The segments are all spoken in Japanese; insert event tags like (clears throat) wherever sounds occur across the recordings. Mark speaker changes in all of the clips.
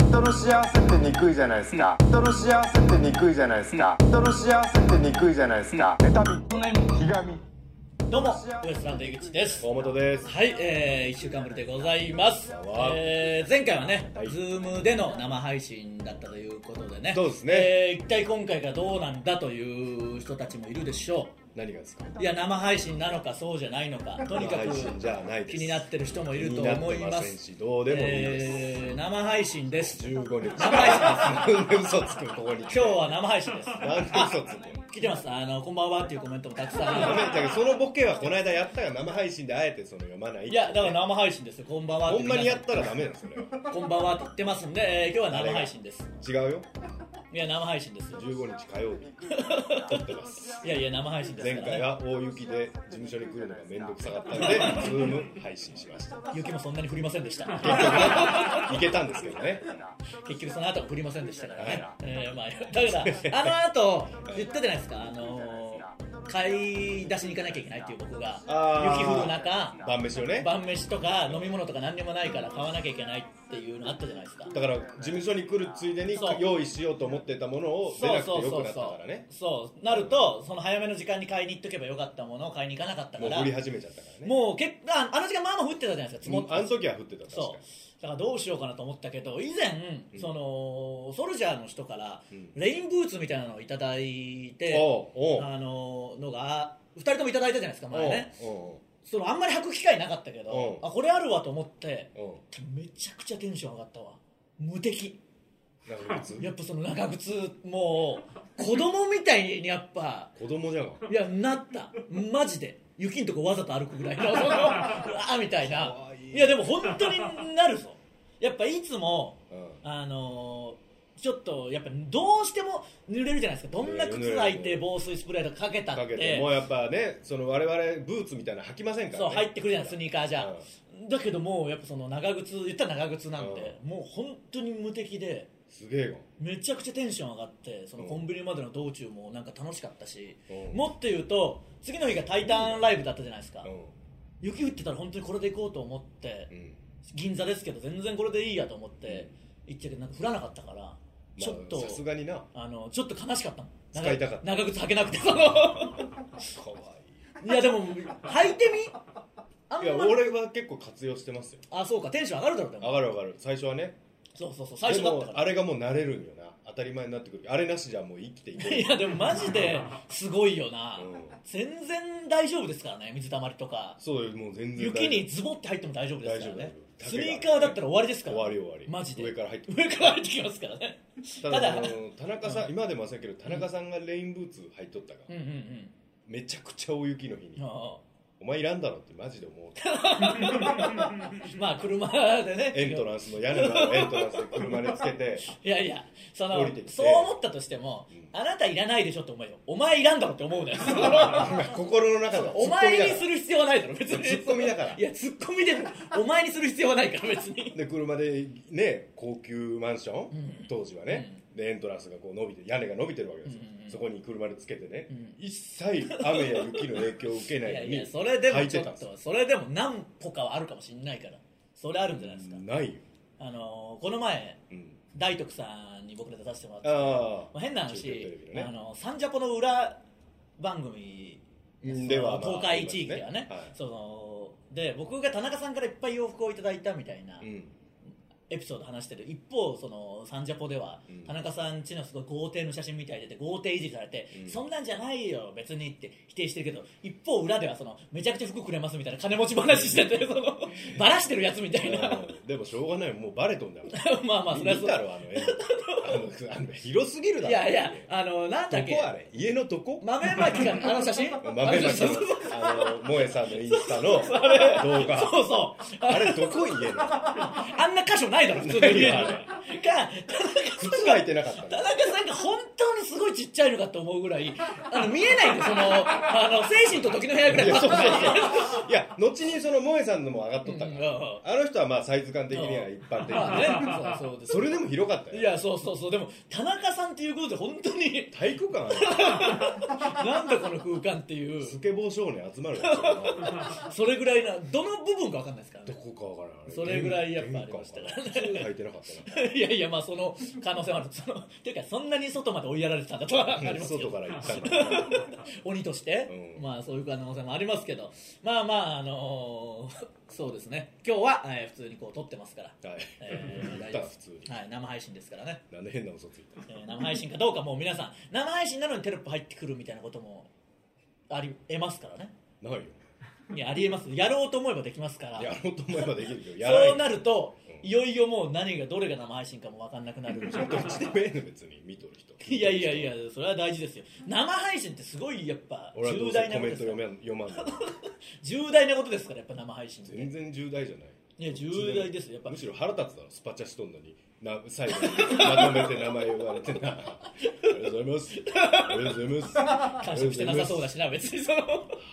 Speaker 1: 人の幸せってにくいじゃないですか人の幸せってにくいじゃないですか人の幸せってにくいじゃないですか妬みひがみ
Speaker 2: どうもウエストランド井口です
Speaker 3: 大本です
Speaker 2: はい、えー、1週間ぶりでございます
Speaker 3: やば、
Speaker 2: えー、前回はね、
Speaker 3: はい
Speaker 2: Zoom での生配信だったということでね
Speaker 3: そうですね
Speaker 2: えー、一体今回がどうなんだという人たちもいるでしょ
Speaker 3: 何がですか
Speaker 2: ういや生配信なのかそうじゃないのかとにか
Speaker 3: 生配信じゃない
Speaker 2: く
Speaker 3: です
Speaker 2: 気になってる人もいると思い
Speaker 3: 気
Speaker 2: ま
Speaker 3: になってません
Speaker 2: す
Speaker 3: しどうでもいいで
Speaker 2: えー、生配信です
Speaker 3: す、
Speaker 2: 今
Speaker 3: 15日
Speaker 2: 生配
Speaker 3: なんで嘘つくここに (laughs) 今
Speaker 2: 日は生配信です
Speaker 3: なんで嘘つく
Speaker 2: 来てますあのこんばんはっていうコメントもたくさん
Speaker 3: のだからそのボケはこの間やったが生配信であえてその読まない
Speaker 2: いやだから生配信ですよこんばんは
Speaker 3: ほんまにや
Speaker 2: っ
Speaker 3: ってたらダメなんですよ
Speaker 2: 皆さんこんばんはって言ってますんで、えー今日は生配信です
Speaker 3: それは違うよ
Speaker 2: いや生配信ですよ
Speaker 3: 15日火曜日撮ってます
Speaker 2: いやいや生配信ですから、
Speaker 3: 前
Speaker 2: ね、
Speaker 3: 回は大雪で事務所に来るのが面倒くさかったんで Zoom 配信しま (laughs) した
Speaker 2: 雪もそんなに降りませんで
Speaker 3: (laughs)
Speaker 2: した
Speaker 3: いけたんですけどね
Speaker 2: 結局その後は降りませんでしたからね、
Speaker 3: は
Speaker 2: えーまあ、だからあの後言ったじゃないですかあのー買い出しに行かなきゃいけないっていう僕が
Speaker 3: あー
Speaker 2: 雪降る中
Speaker 3: 晩飯をね
Speaker 2: 晩飯とか飲み物とか何にもないから買わなきゃいけないっていうのあったじゃないですか
Speaker 3: だから事務所に来るついでに
Speaker 2: そう
Speaker 3: 用意しようと思ってたものを出
Speaker 2: そ
Speaker 3: な
Speaker 2: う
Speaker 3: くて
Speaker 2: そうそ
Speaker 3: よく
Speaker 2: う
Speaker 3: なったか
Speaker 2: そ
Speaker 3: ら
Speaker 2: う
Speaker 3: ね
Speaker 2: そうなるとその早めの時間に買いに行っとけばよかったものを買いに行かなかった
Speaker 3: も
Speaker 2: か
Speaker 3: う
Speaker 2: ら
Speaker 3: 降り始めちゃったからね
Speaker 2: もう結構ああの時間まあまあ降ってたじゃないですか積もって
Speaker 3: うんあの時は降ってた確か
Speaker 2: そうだからどうしようかなと思ったけど以前、
Speaker 3: うん
Speaker 2: そのソルジャーの人から、
Speaker 3: うん
Speaker 2: レインブーツみたいなのをいただい
Speaker 3: に
Speaker 2: て
Speaker 3: おうおう
Speaker 2: あののが2人ともいただいたじゃないですか
Speaker 3: おう
Speaker 2: 前ね
Speaker 3: おう
Speaker 2: そのあんまり履く機会なかったけど
Speaker 3: おう
Speaker 2: あこれあるわと思って
Speaker 3: おうお
Speaker 2: めちゃくちゃテンション上がったわ無敵
Speaker 3: うなんか別
Speaker 2: (laughs)
Speaker 3: に
Speaker 2: やっぱその長靴もう子供みたいにやっぱ
Speaker 3: 子供じゃが
Speaker 2: いやなったマジで雪んとこわざと歩くぐ
Speaker 3: (laughs)
Speaker 2: らいのそのうわーみたいな
Speaker 3: かわいい
Speaker 2: いやでも本当になるぞやっぱいつも
Speaker 3: うん
Speaker 2: あのーちょっとやっぱどうしても濡れるじゃないですかどんな靴履い
Speaker 3: 濡れ
Speaker 2: て
Speaker 3: る
Speaker 2: 防水スプレーとかかけた
Speaker 3: か
Speaker 2: っ
Speaker 3: けても
Speaker 2: て
Speaker 3: うやっぱねその我々ブーツみたいなの履きませんから
Speaker 2: そう
Speaker 3: ね
Speaker 2: 入ってくるじゃないスニーカーじゃ
Speaker 3: うん
Speaker 2: だけどもうやっぱその長靴言ったら長靴なんてもう本当に無敵です
Speaker 3: げえよ
Speaker 2: めちゃくちゃテンション上がってその
Speaker 3: うん
Speaker 2: コンビニまでの道中もなんか楽しかったし
Speaker 3: うん
Speaker 2: もっと言うと次の日が「タイタンライブ」だったじゃないですか
Speaker 3: う
Speaker 2: 雪降ってたら本当にこれで行こうと思って
Speaker 3: んうん
Speaker 2: 銀座ですけど全然これでいいやと思って行ったけどなんか降らなかったからちょっと
Speaker 3: まあさすがにな
Speaker 2: あのちょっと悲しかったもん長
Speaker 3: 使いたかった
Speaker 2: 長靴履けなくてその
Speaker 3: かわ
Speaker 2: (laughs)
Speaker 3: い
Speaker 2: いやでも履いてみあん
Speaker 3: いいや
Speaker 2: ま
Speaker 3: 俺は結構活用してますよ
Speaker 2: あそうかテンション上がるだろうで
Speaker 3: 上
Speaker 2: も
Speaker 3: がる上がる最初はね
Speaker 2: そうそうそう最初だったか
Speaker 3: でも
Speaker 2: ら
Speaker 3: あれがもう慣れるんよな当たり前になってくるあれなしじゃもう生きていけない
Speaker 2: (laughs) やでもマジですごいよな、
Speaker 3: うん
Speaker 2: 全然大丈夫ですからね水たまりとか
Speaker 3: そうよもう全然大丈夫
Speaker 2: 雪にズボって入っても大丈夫ですから
Speaker 3: 大丈
Speaker 2: ね
Speaker 3: 夫大
Speaker 2: ス
Speaker 3: 丈夫
Speaker 2: ニーカーだったら終わりですから
Speaker 3: 終わり終わり
Speaker 2: マジで
Speaker 3: 上から入ってくる
Speaker 2: 上から入ってきますからね
Speaker 3: た
Speaker 2: た
Speaker 3: だ
Speaker 2: だ
Speaker 3: あの田中さん今でも忘れんけど田中さんがレインブーツ履いとったが
Speaker 2: うんうんうん
Speaker 3: めちゃくちゃ大雪の日に
Speaker 2: ああ
Speaker 3: お前いらんだろってマジで思
Speaker 2: (laughs)
Speaker 3: う
Speaker 2: まあ車でね
Speaker 3: エントランスの屋根のエントランスで車でつけて
Speaker 2: いやいやその
Speaker 3: 降りてきて
Speaker 2: そう思ったとしても、
Speaker 3: うん
Speaker 2: あなたいらないでしょって思えよお前いらんだろって思う
Speaker 3: (laughs)
Speaker 2: なよ
Speaker 3: 心の中で
Speaker 2: お前にす
Speaker 3: る
Speaker 2: る必要はないだろ別に
Speaker 3: ツッコミだから
Speaker 2: いやツッコミでお前にする必要はないから別に
Speaker 3: で車でね高級マンション、
Speaker 2: うん
Speaker 3: 当時はね、でエントランスがこう伸びて屋根が伸びてるわけですよ、
Speaker 2: うんうんうん
Speaker 3: そこに車でつけてね、
Speaker 2: うん
Speaker 3: 一切雨や雪の影響を受け
Speaker 2: い
Speaker 3: (laughs) ない
Speaker 2: や
Speaker 3: よ
Speaker 2: (laughs)
Speaker 3: う
Speaker 2: い
Speaker 3: に
Speaker 2: やそれで
Speaker 3: 履
Speaker 2: も
Speaker 3: い
Speaker 2: ち
Speaker 3: て
Speaker 2: ょ
Speaker 3: た
Speaker 2: っ
Speaker 3: んですよ
Speaker 2: とそれでも何個かはあるかもしれないからそれあるんじゃないですか、
Speaker 3: ないよ、
Speaker 2: あのこの前
Speaker 3: うん、
Speaker 2: 大徳さんに僕ら出させてもらって
Speaker 3: あ
Speaker 2: まあ、変な
Speaker 3: 中京テ
Speaker 2: 話
Speaker 3: レビ、のね
Speaker 2: あのサンジャポの裏番組
Speaker 3: うんでは
Speaker 2: その東海地域ではね、
Speaker 3: まあ
Speaker 2: そので僕が田中さんからいっぱい洋服をいただいたみたいな
Speaker 3: あうん
Speaker 2: エピソード話してる一方そのサンジャポでは、
Speaker 3: うん
Speaker 2: 田中さんちのすごい豪邸の写真みたいで豪邸維持されて、
Speaker 3: うん
Speaker 2: そんなんじゃないよ別にって否定してるけど一方裏ではそのめちゃくちゃ服くれますみたいな金持ち話しててそのバラしてるやつみたいな
Speaker 3: うんでもしょうがないもうバレとんだから
Speaker 2: (laughs) まあまあそれは
Speaker 3: 見
Speaker 2: そう
Speaker 3: たろあの絵あのあの広すぎるだろ
Speaker 2: いやいやあのなんだ
Speaker 3: ど
Speaker 2: っけ
Speaker 3: こあれ家のどこ
Speaker 2: 豆まきかあの写真
Speaker 3: 豆まきのあの萌えさんのインスタ
Speaker 2: (laughs)
Speaker 3: の動画
Speaker 2: そうそう
Speaker 3: あれどこ家の
Speaker 2: あんな箇所ないだろ普通の家に
Speaker 3: ないよあ
Speaker 2: か
Speaker 3: 靴履いてなかった
Speaker 2: 田
Speaker 3: の
Speaker 2: 中さんが本当に好すごいちっちゃいのかと思うぐらいあの見えないんでそのあの精神と時の部屋ぐらい
Speaker 3: いやそうそうそういや後にその萌えさんのも上がっとったから、あの人はまあサイズ感的には一般的
Speaker 2: まあ
Speaker 3: に、
Speaker 2: ねそうそうです
Speaker 3: それでも広かった
Speaker 2: い
Speaker 3: よ
Speaker 2: やそうそうそうでも田中さんっていうことで本当に
Speaker 3: 体育館あ
Speaker 2: なんだこの空間ってい
Speaker 3: る
Speaker 2: う
Speaker 3: スケボー少年集まるやつ
Speaker 2: それぐらいなどの部分か分かんないですから
Speaker 3: ど
Speaker 2: ね
Speaker 3: こかわからない
Speaker 2: それぐらいやっぱありましたから
Speaker 3: 普通履いてなかったない
Speaker 2: や (laughs) いやまあその可能性はあるそのていうかそんなに外まで追いやられてたんだとはありますけ
Speaker 3: 外
Speaker 2: ど
Speaker 3: から行ったんだから
Speaker 2: (laughs) 鬼として、
Speaker 3: うん
Speaker 2: まあそういう可能性もありますけどまあまああのー (laughs) そうですね今日は、えー普通にこう撮ってますから、
Speaker 3: はい
Speaker 2: え
Speaker 3: (laughs)
Speaker 2: ー
Speaker 3: 言
Speaker 2: 大
Speaker 3: っ
Speaker 2: 丈
Speaker 3: た
Speaker 2: 夫で
Speaker 3: 普
Speaker 2: す
Speaker 3: 通に
Speaker 2: はい、生配信ですからね、
Speaker 3: なんで変な嘘ついた
Speaker 2: えー生配信かどうかもう皆さん (laughs) 生配信なのにテロップ入ってくるみたいなこともありえますからね
Speaker 3: のないよ
Speaker 2: いやありえますやろうと思えばできますから
Speaker 3: やろうと思えばできるけどや
Speaker 2: そ
Speaker 3: ら
Speaker 2: う
Speaker 3: ない
Speaker 2: なると、
Speaker 3: うん
Speaker 2: いよいよもう何がどれが生配信かも分かんなくなる
Speaker 3: (laughs) ちょっとうちでもええの別に見とる人
Speaker 2: いやいやいやそれは大事ですよ生配信ってすごいやっぱ
Speaker 3: 俺はど
Speaker 2: 重
Speaker 3: うせ
Speaker 2: 大な
Speaker 3: コ
Speaker 2: こと
Speaker 3: メン
Speaker 2: で
Speaker 3: ト
Speaker 2: すか
Speaker 3: 読
Speaker 2: ら
Speaker 3: めん読まんの
Speaker 2: 重大なことですからやっぱ生配信って
Speaker 3: 全然重大じゃない
Speaker 2: いや重大ですよやっぱ
Speaker 3: むしろ腹立つだろスパチャしとんのにな最後にまとめて名前呼ばれてなありがとうございますありがとうございます
Speaker 2: 感触してなさそうだしな別にその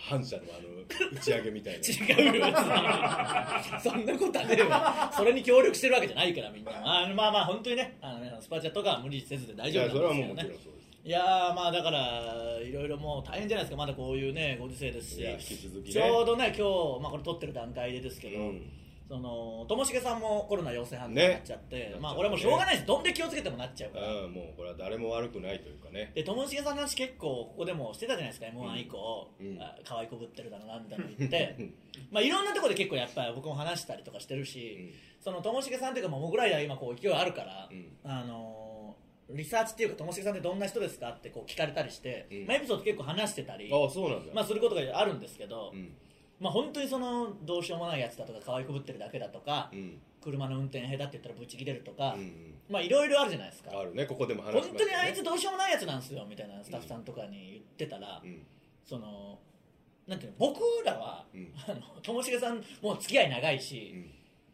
Speaker 3: 反社のあの打ち上げみたいな
Speaker 2: 違うよ別にそんなことはねえわそれに協力してるわけじゃないからみんなあのまあまあ本当にねあの皆さんスパチャとかは無理せずで大
Speaker 3: い
Speaker 2: 丈
Speaker 3: やそれ
Speaker 2: 夫な
Speaker 3: は
Speaker 2: んで
Speaker 3: も
Speaker 2: す
Speaker 3: う
Speaker 2: けど
Speaker 3: も
Speaker 2: ね
Speaker 3: ちろんそうです
Speaker 2: いやーまあだからいろいろもう大変じゃないですかまだこういうねご時世ですし
Speaker 3: いや引き続きね
Speaker 2: ちょうどね今日、まあ、これ撮ってる段階でですけど、
Speaker 3: うん
Speaker 2: そのともしげさんもコロナ陽性判定になっちゃって、
Speaker 3: ね
Speaker 2: まあ俺はもうしょうがないですどんで気をつけてもなっちゃうから、
Speaker 3: ああもうこれは誰も悪くないというかね
Speaker 2: でともしげさんの話結構ここでもしてたじゃないですか m 1以降、
Speaker 3: うん
Speaker 2: あ可愛いこぶってるだろうなみたいなの言って
Speaker 3: (laughs) うん
Speaker 2: まあいろんなところで結構やっぱり僕も話したりとかしてるし、そのともしげさんというかももぐらいは今こう勢いあるから、
Speaker 3: うん
Speaker 2: あのーリサーチっていうかともしげさんってどんな人ですかってこう聞かれたりして、
Speaker 3: うん
Speaker 2: まあ、エピソード結構話してたり、
Speaker 3: ああそうなんだ
Speaker 2: まあ、することがあるんですけど、
Speaker 3: うん
Speaker 2: まあ本当にそのどうしようもないやつだとか可愛いこぶってるだけだとか、
Speaker 3: うん
Speaker 2: 車の運転下手って言ったらブチ切れるとか、
Speaker 3: うんうん
Speaker 2: まあいろいろあるじゃないですか。
Speaker 3: あるねここでも話しま
Speaker 2: 本
Speaker 3: した
Speaker 2: 当
Speaker 3: ね
Speaker 2: にあいつどうしようもないやつなんですよみたいなスタッフさんとかに言ってたら、
Speaker 3: うん
Speaker 2: そのなんていうの僕らは、
Speaker 3: うん
Speaker 2: あのともしげさんもう付き合い長いうし、
Speaker 3: ん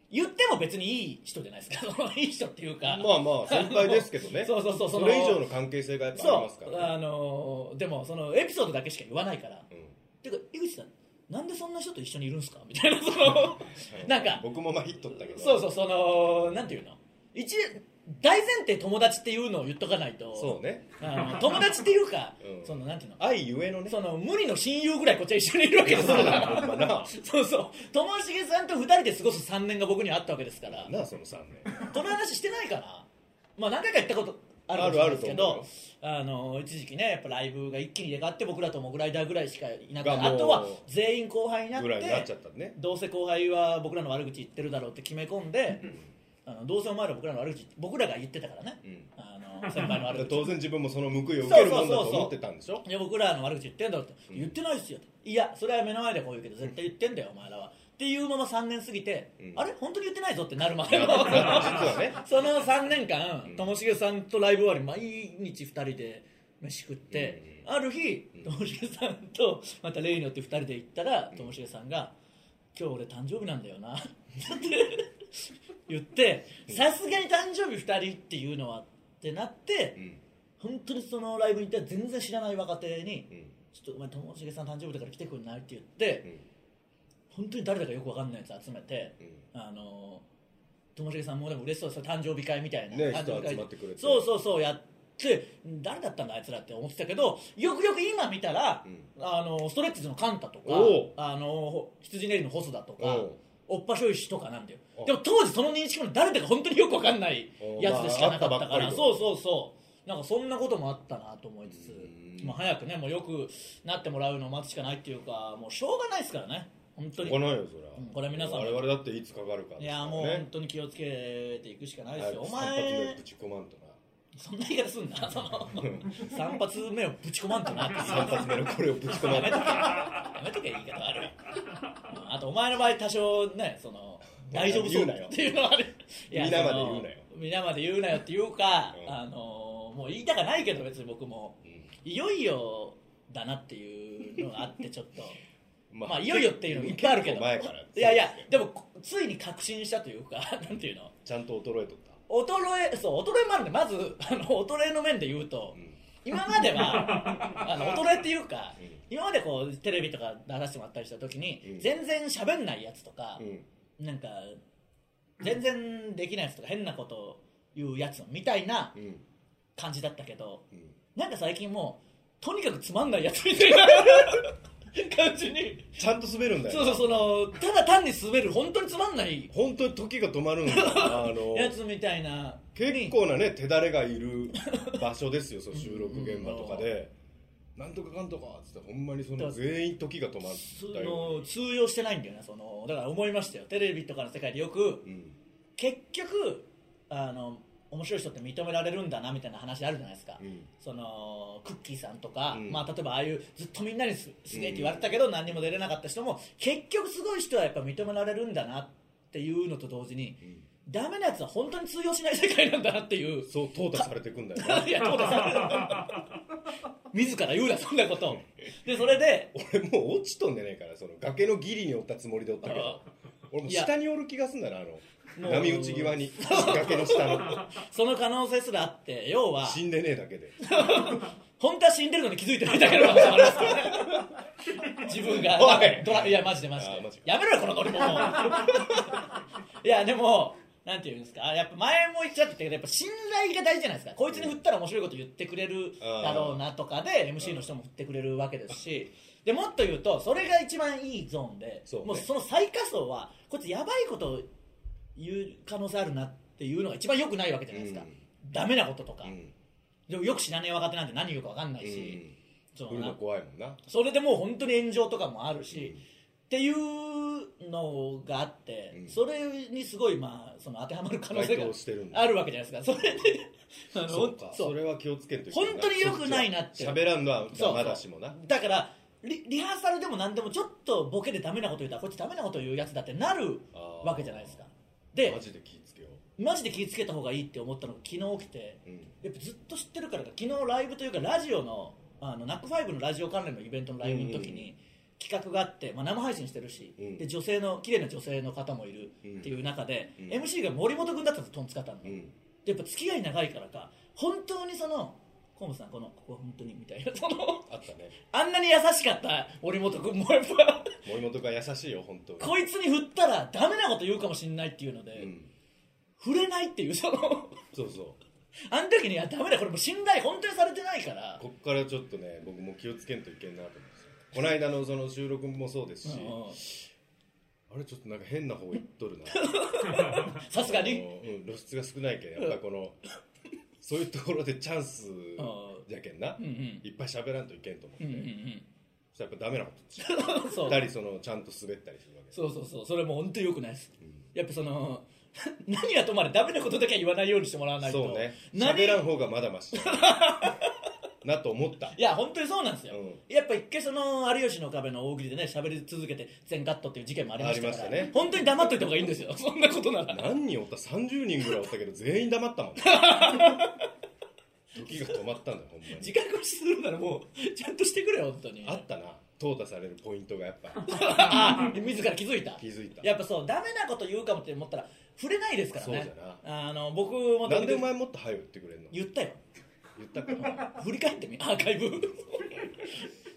Speaker 2: 言っても別にいい人じゃないですか (laughs) そのいい人っていう
Speaker 3: ま
Speaker 2: か、
Speaker 3: あまあ先輩ですけどね
Speaker 2: そうそうそうそ
Speaker 3: そ
Speaker 2: の
Speaker 3: れ以上の関係性がやっぱありますか
Speaker 2: そう
Speaker 3: ら
Speaker 2: あ
Speaker 3: ね
Speaker 2: のでもそのエピソードだけしか言わないから
Speaker 3: うん
Speaker 2: ていうか井口さんなんでそんな人と一緒にいるんですか (laughs) みたいなそのなんか
Speaker 3: 僕もまあヒットったけど
Speaker 2: そうそうそのなんていうの一大前提友達っていうのを言っとかないと
Speaker 3: そうね
Speaker 2: あの友達っていうか、
Speaker 3: うん
Speaker 2: そのなんていうの
Speaker 3: 愛ゆえのね
Speaker 2: その無理の親友ぐらいこっちは一緒にいるわけですか
Speaker 3: ほんまな
Speaker 2: らそうそうともしげさんと二人で過ごす3年が僕にはあったわけですから
Speaker 3: なあその3年
Speaker 2: この話してないかなまあ何回か言ったことある
Speaker 3: あ
Speaker 2: ん
Speaker 3: るある
Speaker 2: です
Speaker 3: と
Speaker 2: け
Speaker 3: 思うよ
Speaker 2: どあの一時期ねやっぱライブが一気に入れ替わって僕らとモグライダーぐらいしかいなくて
Speaker 3: がもう
Speaker 2: あとは全員後輩になっ
Speaker 3: ぐらいになっちゃ
Speaker 2: て
Speaker 3: ったね
Speaker 2: どうせ後輩は僕らの悪口言ってるだろうって決め込んであのどうせお前ら僕らの悪口僕らが言ってたからね、
Speaker 3: うん
Speaker 2: あの先輩の
Speaker 3: (laughs)
Speaker 2: 悪口
Speaker 3: 当然自分もその報いを受けるもんだと思ってたんでしょ
Speaker 2: いや僕らの悪口言ってんだろと、
Speaker 3: うん
Speaker 2: 言ってないっすよといやそれは目の前でこう言うけど絶対言ってんだよお前らはっていうまま3年過ぎて、
Speaker 3: うん
Speaker 2: あれ本当に言ってないぞってなるま
Speaker 3: い
Speaker 2: で
Speaker 3: や (laughs)
Speaker 2: の
Speaker 3: 実はね
Speaker 2: その3年間
Speaker 3: うん
Speaker 2: ともしげさんとライブ終わり毎日2人で飯食って、
Speaker 3: う
Speaker 2: ある日
Speaker 3: うん
Speaker 2: ともしげさんとまた例によって2人で行ったら
Speaker 3: うん
Speaker 2: ともしげさんが「今日俺誕生日なんだよな」って言ってさすがに誕生日2人っていうのはってなって。
Speaker 3: うん
Speaker 2: 本当にそのライブに行って全然知らない若手に
Speaker 3: うん
Speaker 2: 「ちょっとお前ともしげさん誕生日だから来てくんない?」って言って
Speaker 3: うん
Speaker 2: 本当に誰だかよくわかんないやつ集めてあのーともしげさんもでも嬉しそうですよ誕生日会みたいな、
Speaker 3: ね
Speaker 2: 誕生日
Speaker 3: 人
Speaker 2: 会
Speaker 3: 集まってくれて
Speaker 2: そうそうそうやって誰だったんだあいつらって思ってたけどよくよく今見たら、
Speaker 3: うん
Speaker 2: あのーストレッチーズのカンタとか
Speaker 3: おう
Speaker 2: あのー羊ネイリの細田と
Speaker 3: う
Speaker 2: か
Speaker 3: ん
Speaker 2: おっぱしょいしとかなんだよ
Speaker 3: あ
Speaker 2: でも当時その認識も誰だか本当によくわかんないやつでしかなかった
Speaker 3: まああったば
Speaker 2: から、
Speaker 3: っかりの
Speaker 2: そうそうそうなんかそんなこともあったなと思いつ
Speaker 3: う
Speaker 2: つ
Speaker 3: ん
Speaker 2: まあ早くねもうよくなってもらうのを待つしかないっていうかもうしょうがないですからね本当に
Speaker 3: 来ないよそれは
Speaker 2: うんこれ皆さん
Speaker 3: 我々だっていつかかるか
Speaker 2: いやもう本当に気をつけていくしかないですよ、お
Speaker 3: 3発目
Speaker 2: 前
Speaker 3: ぶち込まんとな
Speaker 2: そんな言い方す
Speaker 3: (laughs)
Speaker 2: んなその3発目をぶち込まんとなって
Speaker 3: 3発目のこれをぶち込まんとな
Speaker 2: (laughs) やめとけ言い方悪いあとお前の場合多少ねその大丈夫そうだよっていうのはあるいや
Speaker 3: 皆まで
Speaker 2: その
Speaker 3: 言うなよ
Speaker 2: 皆まで言うなよっていうか、
Speaker 3: うん
Speaker 2: あのもう言いたかないけど別に僕も
Speaker 3: うん
Speaker 2: いよいよだなっていうのがあってちょっと
Speaker 3: (laughs) ま
Speaker 2: まあいよいよっていうのもいっぱいあるけど
Speaker 3: 結構前から
Speaker 2: いやいやでもこついに確信したというか (laughs) なんていうの
Speaker 3: ちゃんと衰えとった
Speaker 2: 衰えそう衰えもあるんでまずあの衰えの面で言うと
Speaker 3: うん
Speaker 2: 今まで (laughs) はあの衰えっていうか今までこうテレビとか出させてもらったりした時に、
Speaker 3: うん
Speaker 2: 全然喋んないやつとか
Speaker 3: う、ん
Speaker 2: なんか全然できないやつとか変なこと言うやつみたいな
Speaker 3: うん
Speaker 2: 感じだったけど
Speaker 3: うん
Speaker 2: なんか最近もうとにかくつまんないやつみたい (laughs) な感じに
Speaker 3: ちゃんと滑るんだよ
Speaker 2: そうそうそのただ単に滑る本当につまんない
Speaker 3: 本当に時が止まるんだ
Speaker 2: (laughs)
Speaker 3: よあの
Speaker 2: やつみたいな
Speaker 3: 結構なね手だれがいる場所ですよその収録現場とかで「なんとかかんとか」っつってほんまにその全員時が止ま
Speaker 2: そ
Speaker 3: ったよう
Speaker 2: の通用してないんだよなそのだから思いましたよテレビとかの世界でよく
Speaker 3: に、うん
Speaker 2: 結局あの面白い人って認められるんだなみたいな話あるじゃないですか、
Speaker 3: うん
Speaker 2: そのクッキーさんとか、
Speaker 3: うん
Speaker 2: まあ、例えばああいうずっとみんなにすすげえって言われたけど、何にも出れなかった人も結局すごい人はやっぱ認められるんだなっていうのと同時に、
Speaker 3: ん
Speaker 2: ダメなやつは本当に通用しない世界なんだなって
Speaker 3: (laughs)
Speaker 2: いう
Speaker 3: そう淘汰されてくんだよない
Speaker 2: やトータさん自ら言うなそんなことでそれで
Speaker 3: 俺もう落ちとんじゃねえからその崖のギリにおったつもりでおったけど俺もう下におる気がすんだなあの
Speaker 2: もう
Speaker 3: 波打ち際に崖の下
Speaker 2: (laughs)
Speaker 3: の
Speaker 2: その可能性すらあって要は
Speaker 3: 死んでねえだけで
Speaker 2: 本当は死んでるのに気づいてないだけの可能性もありますからね自分が
Speaker 3: おい
Speaker 2: ドラいやマジでマジ
Speaker 3: あー
Speaker 2: で
Speaker 3: マジ
Speaker 2: やめろよこのノリ
Speaker 3: (laughs)
Speaker 2: もいやでもなんていうんですかやっぱ前も言っちゃったけどやっぱ信頼が大事じゃないですかこいつに振ったら面白いこと言ってくれるだろうなとかで MC の人も振ってくれるわけですしでもっと言うとそれが一番いいゾーンで
Speaker 3: そうね
Speaker 2: もうその最下層はこいつやばいこと言う可能性あるなっていうのが一番良くないわけじゃないですか、ダメなこととか、
Speaker 3: うん
Speaker 2: でもよく知らねえ若手なんて何言うか分かんな
Speaker 3: う
Speaker 2: いし、
Speaker 3: ん
Speaker 2: そ
Speaker 3: 来
Speaker 2: の
Speaker 3: る
Speaker 2: な
Speaker 3: の怖いもんな
Speaker 2: それでもう本当に炎上とかもあるし、
Speaker 3: うん
Speaker 2: っていうのがあって、
Speaker 3: うん
Speaker 2: それにすごい、まあ、その当てはまる可能性
Speaker 3: 該
Speaker 2: が
Speaker 3: 当してるんだ
Speaker 2: あるわけじゃないですかそ
Speaker 3: (laughs)
Speaker 2: れであの
Speaker 3: そうか
Speaker 2: そう
Speaker 3: それは気をつけると
Speaker 2: 本当に良くないなって
Speaker 3: 喋らんのは
Speaker 2: そう
Speaker 3: まだしもな
Speaker 2: だからリリハーサルでも何でもちょっとボケでダメなこと言ったらこいつダメなこと言うやつだってなる
Speaker 3: あー
Speaker 2: わけじゃないですかで
Speaker 3: マジで気をつけよ
Speaker 2: マジで気をつけた方がいいって思ったのが昨日起きて
Speaker 3: う、うん
Speaker 2: やっぱずっと知ってるからか昨日ライブというかラジオのあのナックファイブのラジオ関連のイベントのライブの時に企画があって、まあ、生配信してるし、
Speaker 3: うん
Speaker 2: で女性の綺麗な女性の方もいるっていう中で、
Speaker 3: うん
Speaker 2: MC が森本君だったんですトンツカタンの、
Speaker 3: う
Speaker 2: でや
Speaker 3: ん
Speaker 2: っぱ付き合い長いからか本当にその河本さんこのここ本当にみたいなその
Speaker 3: あったね
Speaker 2: あんなに優しかった森本君 (laughs) もやっぱ
Speaker 3: 森本が優しいよ本当に
Speaker 2: こいつに振ったらダメなこと言うかもしれないっていうので、
Speaker 3: うん
Speaker 2: 振れないっていうその
Speaker 3: そうそう
Speaker 2: あの時にいやダメだこれもう信頼本当にされてないから
Speaker 3: こっからちょっとね僕も気をつけんといけんなと思うんですよこの間のその収録もそうですし
Speaker 2: うんうん
Speaker 3: あれちょっとなんか変な方行っとるな
Speaker 2: さすが
Speaker 3: あ
Speaker 2: に
Speaker 3: のうん、露出が少ないけんやっぱこのそういうところでチャンスじゃけんな
Speaker 2: うんうん
Speaker 3: いっぱい喋らんといけんと思って、
Speaker 2: うんうん
Speaker 3: そしたらやっぱダメなことし
Speaker 2: うんそう
Speaker 3: たりそのちゃんと滑ったりす
Speaker 2: (laughs)
Speaker 3: るわけです
Speaker 2: そうそうそうそれも本当に良くないです、やっぱその (laughs) 何がとまれダメなことだけは言わないようにしてもらわないと
Speaker 3: そうね
Speaker 2: 何
Speaker 3: 喋らん方がまだましなと思った
Speaker 2: いや本当にそうなんですよ、
Speaker 3: う
Speaker 2: やっぱ一回その「有吉の壁」の大喜利でね喋り続けて全カットっていう事件もありましたから
Speaker 3: ありましたね
Speaker 2: 本当に黙っといた方がいいんです
Speaker 3: (laughs)
Speaker 2: よそんなことなら
Speaker 3: 何人おった30人ぐらいおったけど全員黙ったもん時が止まったんだよほんまに
Speaker 2: 自覚するならもうちゃんとしてくれよ本当に
Speaker 3: あったな淘汰されるポイントがやっぱ
Speaker 2: あ自ら気づいた
Speaker 3: 気づいた
Speaker 2: やっぱそうダメなこと言うかもって思ったら触れないですからね
Speaker 3: そうじゃ
Speaker 2: あの僕も
Speaker 3: なんでお前もっと早く言ってくれんの
Speaker 2: 言ったよ
Speaker 3: 言ったから
Speaker 2: (laughs) 振り返ってみアーカイブ (laughs)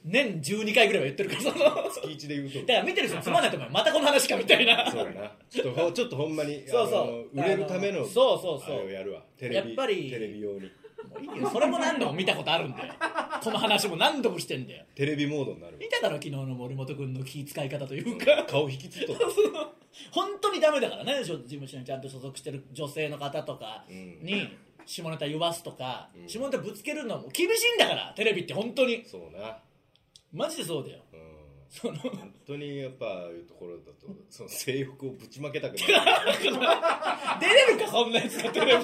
Speaker 2: 年12回ぐらいは言ってるからそのだか
Speaker 3: 月一で言うと
Speaker 2: ら見てる人つまんないと思うよまたこの話かみたいな
Speaker 3: そうだなちょっとほちょっとほんまに
Speaker 2: そうそう
Speaker 3: あの売れるため
Speaker 2: あ
Speaker 3: の
Speaker 2: のそうそうそう
Speaker 3: あれをやるわテレビ
Speaker 2: やっぱり
Speaker 3: テレビ用に
Speaker 2: もういいよそれも何度も見たことあるんだよこの話も何度もしてんだよ
Speaker 3: テレビモードになる
Speaker 2: 見ただろ昨日の森本君の気遣い方という
Speaker 3: わ
Speaker 2: か
Speaker 3: 顔引きつっとった
Speaker 2: 本当にダメだからね所事務所にちゃんと所属してる女性の方とかに下ネタ言わすとか、下ネタぶつけるのも厳しいんだからテレビって本当に
Speaker 3: そうな
Speaker 2: マジでそうだよ
Speaker 3: うん
Speaker 2: そ (laughs) の
Speaker 3: 本当にやっぱいうところだとその性欲をぶちまけたくな
Speaker 2: (laughs)
Speaker 3: る
Speaker 2: 出れるかそんなやつがテレビ (laughs) いい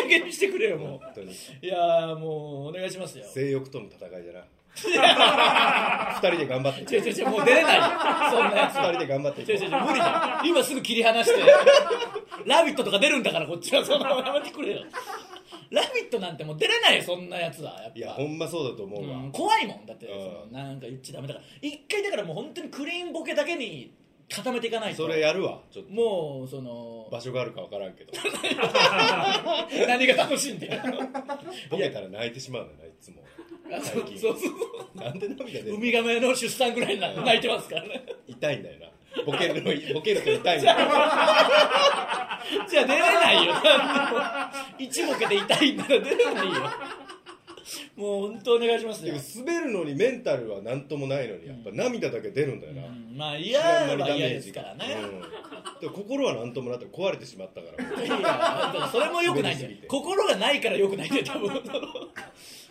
Speaker 2: 加減にしてくれよもう
Speaker 3: 本当に
Speaker 2: いやーもうお願いしますよ
Speaker 3: 性欲との戦いじゃな二人で頑張って
Speaker 2: 違う違う違うもう出れないよそんなやつ
Speaker 3: 二人で頑張っていこ
Speaker 2: 違
Speaker 3: う
Speaker 2: う違う違う無理だよ今すぐ切り離して「ラビット!」とか出るんだからこっちはそのやめてくれよ「ラビット!」なんてもう出れないよそんなやつはやっぱ
Speaker 3: いやほんまそうだと思うわ、
Speaker 2: うん怖いもんだって
Speaker 3: うん
Speaker 2: そのなんか言っちゃダメだから一回だからもう本当にクリーンボケだけに固めていかないと
Speaker 3: それやるわちょっと
Speaker 2: もうその
Speaker 3: 場所があるか分からん
Speaker 2: (laughs)
Speaker 3: けど
Speaker 2: 何が楽しいんだよ
Speaker 3: ボケたら泣いてしまうんだよないつも
Speaker 2: そう
Speaker 3: 最近
Speaker 2: そうそう
Speaker 3: なんで涙出
Speaker 2: ウ
Speaker 3: る
Speaker 2: ミガメの出産ぐらいにな泣いてますからね
Speaker 3: 痛いんだよなボケる
Speaker 2: (laughs)
Speaker 3: のボケると痛いんだよ
Speaker 2: じゃあ出れないよ (laughs) 一ボケで痛いんなら出れないよもう本当お願いします
Speaker 3: で
Speaker 2: よ
Speaker 3: も滑るのにメンタルは何ともないのにやっぱ涙だけ出るんだよな、
Speaker 2: うんまあ嫌は嫌ですからね、
Speaker 3: うんでも心は何ともなって壊れてしまったから
Speaker 2: いやでもそれも良くないんだよ心がないから良くないんだよ多分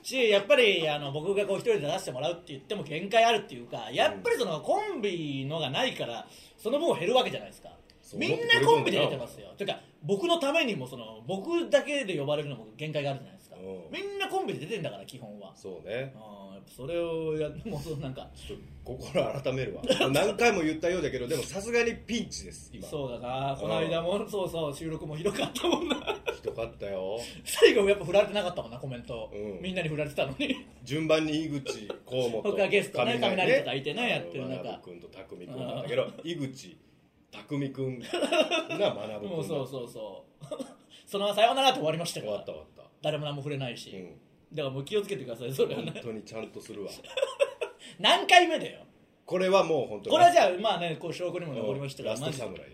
Speaker 2: しやっぱりあの僕がこう一人で出させてもらうって言っても限界あるっていうかやっぱりそのコンビのがないからその分減るわけじゃないですか
Speaker 3: そう
Speaker 2: みんなコンビで出てますよてか僕のためにもその僕だけで呼ばれるのも限界があるじゃないですか
Speaker 3: うん
Speaker 2: みんなコンビで出てんだから基本は
Speaker 3: そうね
Speaker 2: うんやっぱそれをやもうそのなんか
Speaker 3: ちょっと心改
Speaker 2: (laughs)
Speaker 3: めるわ何回も言ったようだけどでもさすがにピンチです今
Speaker 2: そうだなこの間もそうそう収録もひどかったもんな (laughs)
Speaker 3: ひどかったよ
Speaker 2: 最後やっぱ振られてなかったもんなコメント、
Speaker 3: うん
Speaker 2: みんなに振られてたのに
Speaker 3: 順番に井口河
Speaker 2: (laughs)
Speaker 3: 本
Speaker 2: 僕はゲストね雷とかいてねやってる中
Speaker 3: 学君と匠君なんだけど井口匠君が学
Speaker 2: (laughs)
Speaker 3: ぶ
Speaker 2: もう
Speaker 3: 君
Speaker 2: そうそうそう (laughs) そのままさようならって終わりましたか
Speaker 3: 終わっ
Speaker 2: ら
Speaker 3: た終わった
Speaker 2: 誰も何も触れないし、
Speaker 3: うん
Speaker 2: だからもう気をつけてくださいそれは
Speaker 3: 本
Speaker 2: ね
Speaker 3: 当にちゃんとするわ
Speaker 2: 何回目だよ
Speaker 3: これはもう本当に
Speaker 2: これはじゃあまあねこう証拠にも残りましたから
Speaker 3: ラスト
Speaker 2: マジで
Speaker 3: 侍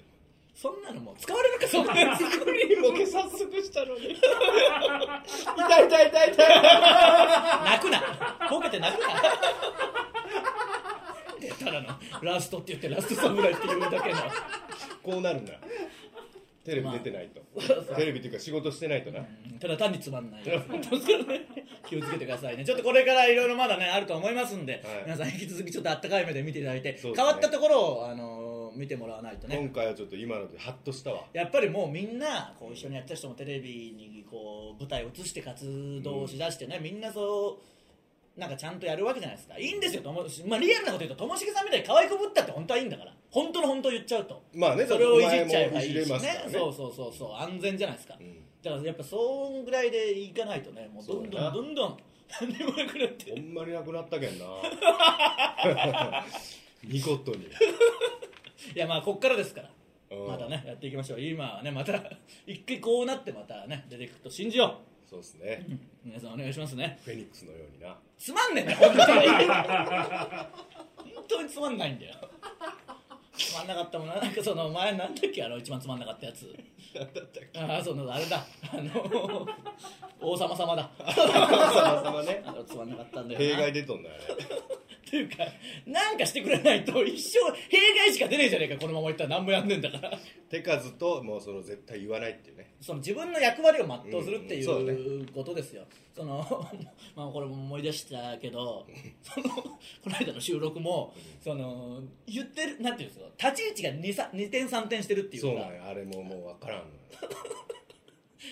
Speaker 2: そんなのもう使われるかそん (laughs) なやつ
Speaker 3: ボケ早速したのに痛い痛い痛い痛い
Speaker 2: 泣くなボケて泣くなただのラストって言ってラスト侍って言うだけの
Speaker 3: こうなるんだテレビ出てないと、テレビっていうか仕事してないとな、
Speaker 2: うんただ単につまんない気をつけてくださいねちょっとこれからいろいろまだねあると思いますんで、
Speaker 3: はい
Speaker 2: 皆さん引き続きちょっとあったかい目で見ていただいて、
Speaker 3: そうです
Speaker 2: 変
Speaker 3: ね
Speaker 2: わったところを、あのー見てもらわないとね
Speaker 3: 今回はちょっと今のでハッとしたわ
Speaker 2: やっぱりもうみんなこう一緒にやってた人もテレビにこう舞台を移して活動をしだしてね、みんなそうなんかちゃんとやるわけじゃないですかいいんですよとも、まあ、リアルなこと言うとともしげさんみたいに可愛くぶったって本当はいいんだから本当の本当を言っちゃうと
Speaker 3: まあね
Speaker 2: それをいじっちゃえばいいし
Speaker 3: お前もいじれ
Speaker 2: ね
Speaker 3: ますからね
Speaker 2: そうそうそうそう安全じゃないですか、
Speaker 3: ん
Speaker 2: だからやっぱそんぐらいでいかないとねもうどん
Speaker 3: そう
Speaker 2: ど
Speaker 3: だなん
Speaker 2: どんどん何でもなくなって
Speaker 3: ほんまになくなったけんな
Speaker 2: (laughs)
Speaker 3: 見事に
Speaker 2: (laughs) いやまあこっからですから
Speaker 3: うん
Speaker 2: またねやっていきましょう今はねまた一回こうなってまたね出てくると信じよ
Speaker 3: そうですね、
Speaker 2: う皆さんお願いしますね
Speaker 3: フェニックスのようにな
Speaker 2: つまんねえんだよ本当に本当につまんないんだよつまんなかったもんななんかその前なんだっけあの一番つまんなかったやつ
Speaker 3: 何だったっ
Speaker 2: ああそのあれだあの王様様だ
Speaker 3: け様々ね
Speaker 2: あのつまんなかったんだよな
Speaker 3: 弊害出とんだよね
Speaker 2: っていうかなんかしてくれないと一生弊害しか出ねえじゃねえかこのままいったら何もやんねえんだから
Speaker 3: 手数ともうその絶対言わないっていうね
Speaker 2: その自分の役割を全うするってい
Speaker 3: うんうんそう
Speaker 2: うことですよ、その (laughs) まあこれも思い出したけどその (laughs) この間の収録もその言ってるなんていうんですか立ち位置が 2, 2点3点してるってい
Speaker 3: そうう
Speaker 2: か
Speaker 3: なんやあれももう分からんのよ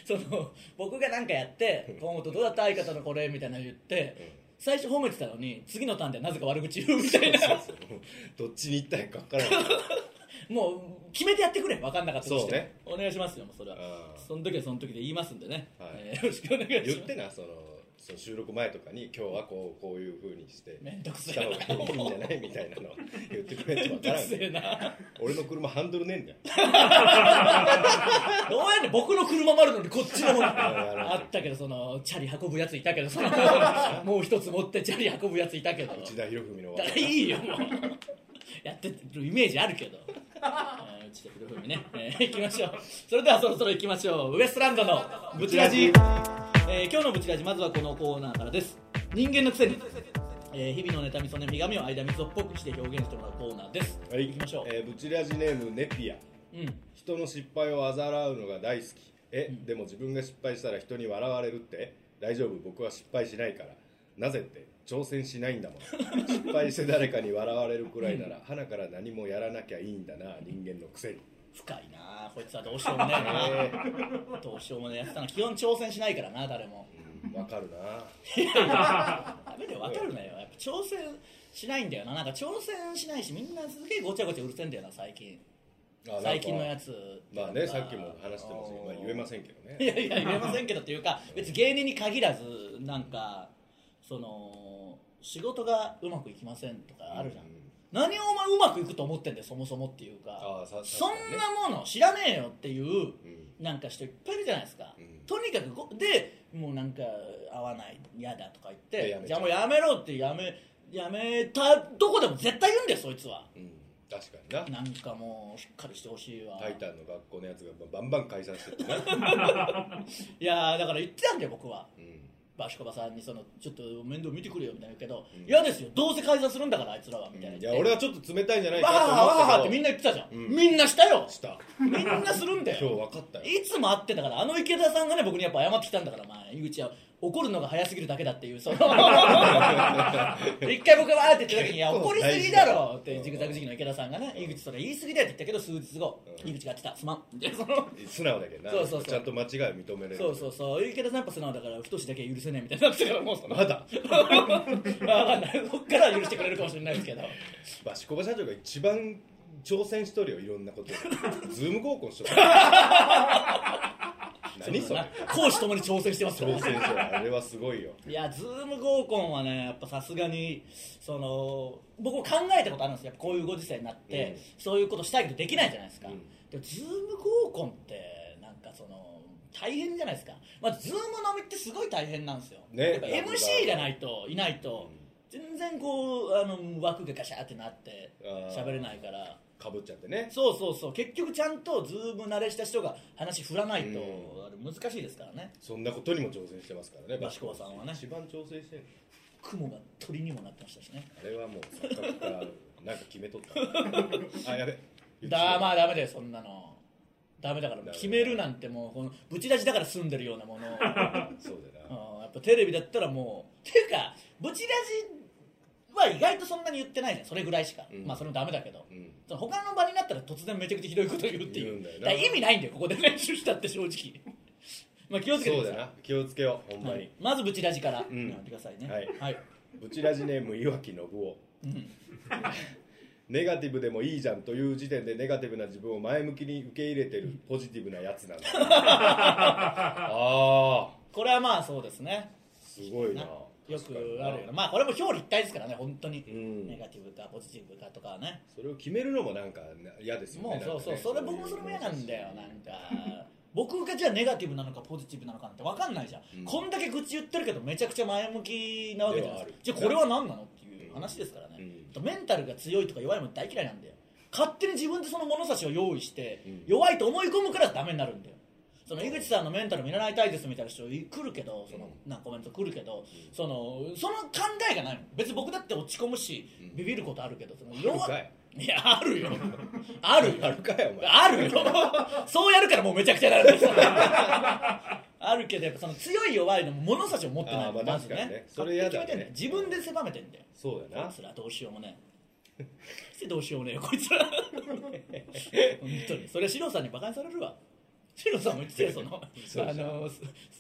Speaker 2: その僕が何かやって「河本どうだった相方のこれ」みたいなの言って、最初褒めてたのに次のターンでなぜか悪口言うみたいな
Speaker 3: そうそうどっちに行ったんやか
Speaker 2: (laughs)
Speaker 3: 分からんのよ
Speaker 2: もう決めてやってくれ分かんなかったとして
Speaker 3: そ
Speaker 2: お
Speaker 3: うね
Speaker 2: 願いしますよもうそれは
Speaker 3: あー
Speaker 2: その時はその時で言いますんでね、
Speaker 3: はい
Speaker 2: えーよろしくお願いします
Speaker 3: (laughs) 言ってなそのその収録前とかに今日はこうこういうふうにして
Speaker 2: めんどくせ
Speaker 3: し
Speaker 2: え
Speaker 3: た
Speaker 2: な
Speaker 3: 方がいいんじゃないみたいなの (laughs) 言ってくれんと分から
Speaker 2: う
Speaker 3: ん
Speaker 2: る (laughs) せえな
Speaker 3: 俺の車ハンドルね
Speaker 2: (laughs)
Speaker 3: えんだよ
Speaker 2: どうやねん僕の車もあるのにこっちのも
Speaker 3: ある
Speaker 2: (laughs)
Speaker 3: あ
Speaker 2: あ
Speaker 3: る
Speaker 2: ったけどそのチャリ運ぶやついたけど (laughs) そのもう一つ持ってチャリ運ぶやついたけど
Speaker 3: 内田博
Speaker 2: (laughs)
Speaker 3: 文の
Speaker 2: だからいいよもうやってるイメージあるけどえーうちでこういうふうにね、えー、いきましょうそれではそろそろいきましょうウエストランドのブチラジ、えー今日のブチラジまずはこのコーナーからです人間のくせに、えー日々の妬みそねみがみを間みそっぽくして表現してもらうコーナーです
Speaker 3: はい
Speaker 2: 行きましょう
Speaker 3: えーブチラジネームネピア
Speaker 2: うん
Speaker 3: 人の失敗を嘲笑うのが大好きえ、でも自分が失敗したら人に笑われるって大丈夫僕は失敗しないからなぜって挑戦しないんだもん失敗して誰かに笑われるくらいなら花から何もやらなきゃいいんだな人間のくせに
Speaker 2: 深いなあこいつはどうしようもねえなどうしようもねえやつだな基本挑戦しないからな誰も
Speaker 3: うんわかるな
Speaker 2: ダメだよ分かるなよやっぱ挑戦しないんだよななんか挑戦しないしみんなすげえごちゃごちゃうるせえんだよな最近
Speaker 3: あなんか
Speaker 2: 最近のやつ
Speaker 3: まあねさっきも話してましたけど、まあ、言えませんけど
Speaker 2: い (laughs)
Speaker 3: ね
Speaker 2: やいや言えませんけどっていうか別に芸人に限らずなんかその仕事がうまくいきませんとかあるじゃん、
Speaker 3: うん
Speaker 2: 何をお前うまくいくと思ってんだよそもそもっていうか
Speaker 3: ああさ
Speaker 2: そん
Speaker 3: 確かにね
Speaker 2: なもの知らねえよっていう
Speaker 3: うん
Speaker 2: なんか人いっぱいいるじゃないですか、
Speaker 3: うん
Speaker 2: とにかくごでもうなんか合わない嫌だとか言っ
Speaker 3: で
Speaker 2: て
Speaker 3: やめ
Speaker 2: じ
Speaker 3: ちゃ
Speaker 2: ゃあ
Speaker 3: う
Speaker 2: もうやめろってやめやめたどこでも絶対言うんだよそいつは
Speaker 3: うん、確かにな
Speaker 2: なんかもうしっかりしてほしいわ
Speaker 3: タイタンの学校のやつがバンバン解散してったな、
Speaker 2: (laughs) いやーだから言ってたんだよ僕は
Speaker 3: うん、
Speaker 2: バシコバさんにそのちょっと面倒見てくれよみたいな言うけど、
Speaker 3: うん
Speaker 2: 嫌ですよどうせ解散するんだからあいつらはみたいな言
Speaker 3: い
Speaker 2: って、
Speaker 3: や俺はちょっと冷たいんじゃない
Speaker 2: わ
Speaker 3: か
Speaker 2: ははわははって
Speaker 3: と思
Speaker 2: みん
Speaker 3: っ
Speaker 2: な言ってたじゃん、
Speaker 3: うん
Speaker 2: みんなしたよ
Speaker 3: たした
Speaker 2: みんなするんだ
Speaker 3: 今日
Speaker 2: よ
Speaker 3: 分かったよ
Speaker 2: いつも会ってたからあの池田さんがね僕にやっぱ謝ってきたんだからまあ井口は怒るのが早すぎるだけだっていうそ
Speaker 3: (laughs)
Speaker 2: の一回僕がわーって言った時にいや怒りすぎだろってジグザグ時期の池田さんがね井口それ言いすぎだよって言ったけど数日後
Speaker 3: うん
Speaker 2: 井口が来たすまんでその
Speaker 3: 素直だけどな
Speaker 2: そうそうそう
Speaker 3: ちゃんと間違いを認めれる
Speaker 2: そうそうそう池田さんやっぱ素直だから太しだけは許せねえみたいになってたから
Speaker 3: (laughs)
Speaker 2: もうその
Speaker 3: まだ
Speaker 2: まあわかんないこっからは許してくれるかもしれないですけど
Speaker 3: バシコバ社長が一番挑戦しとるよいろんな
Speaker 2: (laughs)
Speaker 3: ことにズーム合コンしとる何それ
Speaker 2: 講師ともに挑戦してますから
Speaker 3: 挑戦しとるあれはすごいよ
Speaker 2: いや、ズーム合コンはね、やっぱさすがに、その、僕も考えたことあるんですよ。やっぱこういうご時世になって、
Speaker 3: うん
Speaker 2: そういうことしたいけどできないじゃないですか。
Speaker 3: うん
Speaker 2: でも、ズーム合コンって、なんかその、大変じゃないですか。まあ、ズーム飲みってすごい大変なんですよ。
Speaker 3: ね
Speaker 2: やっぱ
Speaker 3: なんか
Speaker 2: MC じゃないと、いないと
Speaker 3: うん、
Speaker 2: 全然こう、あの、枠がガシャーってなって
Speaker 3: あ、ー
Speaker 2: 喋れないから。
Speaker 3: かぶっちゃってね
Speaker 2: そうそうそう。結局ちゃんとズーム慣れした人が話振らないと、
Speaker 3: うん
Speaker 2: あれ難しいですからね。
Speaker 3: そんなことにも挑戦してますからね
Speaker 2: バシコバさんはね
Speaker 3: 一番挑戦してる
Speaker 2: 雲が鳥にもなってましたしね。
Speaker 3: あれはもう錯覚からなんか決め
Speaker 2: (laughs)
Speaker 3: とったあやべ
Speaker 2: だまあダメだよそんなのダメだから
Speaker 3: ダメ
Speaker 2: 決めるなんてもうこのぶち出しだから住んでるようなも
Speaker 3: (laughs)
Speaker 2: の
Speaker 3: そうだよな
Speaker 2: うんやっぱテレビだったらもうっていうかぶち出しは意外とそんなに言ってないじゃんそれぐらいしか、
Speaker 3: うん
Speaker 2: まあそれもダメだけど、
Speaker 3: うん
Speaker 2: その他の場になったら突然めちゃくちゃひどいこと言うって
Speaker 3: 言う
Speaker 2: いうん
Speaker 3: だよな
Speaker 2: から意味ないんだよここで練習したって正直 (laughs) まあ気をつけて
Speaker 3: そ
Speaker 2: く
Speaker 3: う
Speaker 2: だ
Speaker 3: だ
Speaker 2: さい
Speaker 3: な気をつけようほんま
Speaker 2: はい
Speaker 3: に、
Speaker 2: まずぶち出しから、
Speaker 3: うん
Speaker 2: やってくださいね
Speaker 3: はい
Speaker 2: はい、
Speaker 3: ブチラジネーム岩木信夫
Speaker 2: うん
Speaker 3: ネガティブでもいいじゃんという時点でネガティブな自分を前向きに受け入れてるポジティブなやつ
Speaker 2: (laughs)
Speaker 3: なんだああ
Speaker 2: これはまあそうですね
Speaker 3: すごいな
Speaker 2: なよくあるよな
Speaker 3: な
Speaker 2: まあこれも表裏一体ですからね本当に、
Speaker 3: うん
Speaker 2: ネガティブかポジティブかとかはね
Speaker 3: それを決めるのもなんか嫌ですよね
Speaker 2: もうそうそう、それ僕もそれも嫌なんだよなんか (laughs) 僕がじゃあネガティブなのかポジティブなのかなんて分かんないじゃん、
Speaker 3: うん
Speaker 2: こんだけ愚痴言ってるけどめちゃくちゃ前向きなわけじゃないですかじゃ
Speaker 3: で
Speaker 2: あ
Speaker 3: はある
Speaker 2: これは何なのっていう話ですからね、
Speaker 3: うん
Speaker 2: あとメンタルが強いとか弱いも大嫌いなんだよ勝手に自分でその物差しを用意して、
Speaker 3: うん
Speaker 2: 弱いと思い込むからダメになるんだよその井口さんのメンタル見習いたいですみたいな人い来るけどその、なんかコメント来るけど、そのその考えがないの別に僕だって落ち込むし、
Speaker 3: うん
Speaker 2: ビビることあるけど
Speaker 3: (laughs)
Speaker 2: その
Speaker 3: ある
Speaker 2: 弱
Speaker 3: か
Speaker 2: い
Speaker 3: い
Speaker 2: いやあるよ
Speaker 3: (laughs)
Speaker 2: あるよ
Speaker 3: あるかよお前
Speaker 2: あるよ (laughs) そうやるからもうめちゃくちゃなるんですよ (laughs) あるけどやっぱその強い弱いの物差しを持ってな
Speaker 3: あ
Speaker 2: い
Speaker 3: ーまあ
Speaker 2: ず
Speaker 3: 確かにねそれ嫌だね
Speaker 2: 勝手に決めてんだよ自分で狭めてんだよ
Speaker 3: そうだ
Speaker 2: こ
Speaker 3: ない
Speaker 2: つらどうしようもねえしてどうしようもねえよこいつら本当にそれはシロさんにバカにされるわシロさんも言ってたよその
Speaker 3: (laughs) そう
Speaker 2: あ
Speaker 3: じゃん
Speaker 2: の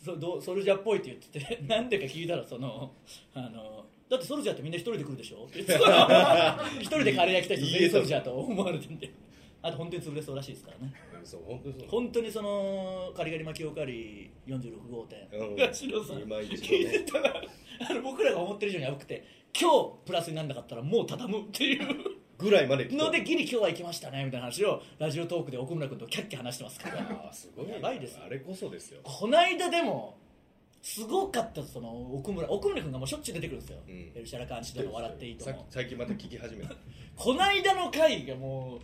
Speaker 2: そどうソルジャーっぽいって言ってて (laughs) なんでか聞いたらそのあのだってソルジャーってみんな一人で来るでしょって言って
Speaker 3: (laughs)
Speaker 2: た一人でカレー焼きたい人全員ソルジャーと思われてんであと本当に潰れそうらしいですからね
Speaker 3: うんそう本当にそう
Speaker 2: 本当にそのカリガリマキオカリ46号店
Speaker 3: うん
Speaker 2: がシロさん
Speaker 3: 今一度ね
Speaker 2: 聞いてたらあの僕らが思ってる以上に危くて今日プラスにならなかったらもう畳むっていう
Speaker 3: ぐらいまで来た
Speaker 2: (laughs) のでギリ今日は行きましたねみたいな話をラジオトークで奥村君とキャッキャ話してますから
Speaker 3: あーすごいな
Speaker 2: やばいです
Speaker 3: あれこそですよ
Speaker 2: こないだでもすごかったその奥村奥村君がもうしょっちゅう出てくるんですよ、
Speaker 3: うん
Speaker 2: エルシャラカンシドの「笑っていいと
Speaker 3: さっ
Speaker 2: も
Speaker 3: き最近また聞き始めた
Speaker 2: こないだの回がもう